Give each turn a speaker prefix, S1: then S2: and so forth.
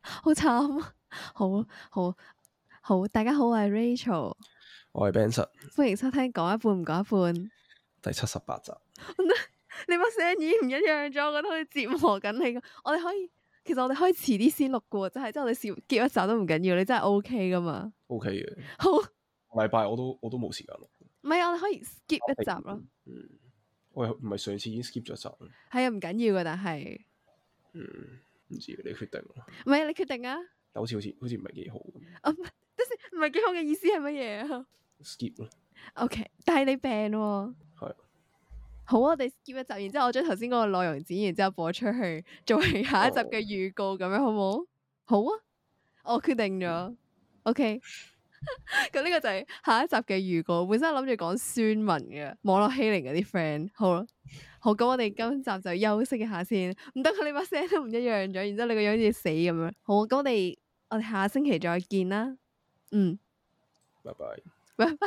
S1: 好慘，啊好好好，大家好，我係 Rachel，
S2: 我係 Benson，
S1: 歡迎收聽講一半唔講一半。
S2: 第七十八集。
S1: 你把聲已經唔一樣咗，我覺得好似折磨緊你咁。我哋可以，其實我哋可以遲啲先錄嘅喎，真係，即係我哋少結一集都唔緊要，你真係 O K 噶嘛。
S2: O K 嘅，
S1: 好，唔
S2: 禮拜我都我都冇時間錄。
S1: 係啊我哋可以 skip 一集咯，
S2: 嗯，喂，唔係上次已經 skip 咗一集咩？
S1: 係啊，唔緊要嘅，但係
S2: 嗯，唔知你決定啦。
S1: 唔係你決定啊？
S2: 但好似好似好似唔係幾好咁
S1: 啊，唔即係唔係幾好嘅意思係乜嘢啊
S2: ，skip 啦。
S1: ？O K，但係你病喎。
S2: 係
S1: 好，啊我哋 skip 一集，然之後我將頭先嗰個內容剪，完之後播出去，作為下一集嘅預告咁樣，好冇？好啊，我決定咗。OK，咁呢個就係下一集嘅預告。本身我諗住講孫文嘅網絡欺凌嗰啲 friend，好啦，好咁，我哋今集就休息一下先。唔得，你把聲都唔一樣咗，然之後你個樣好似死咁樣。好，咁我哋我哋下星期再見啦。嗯，
S2: 拜拜。
S1: 拜拜。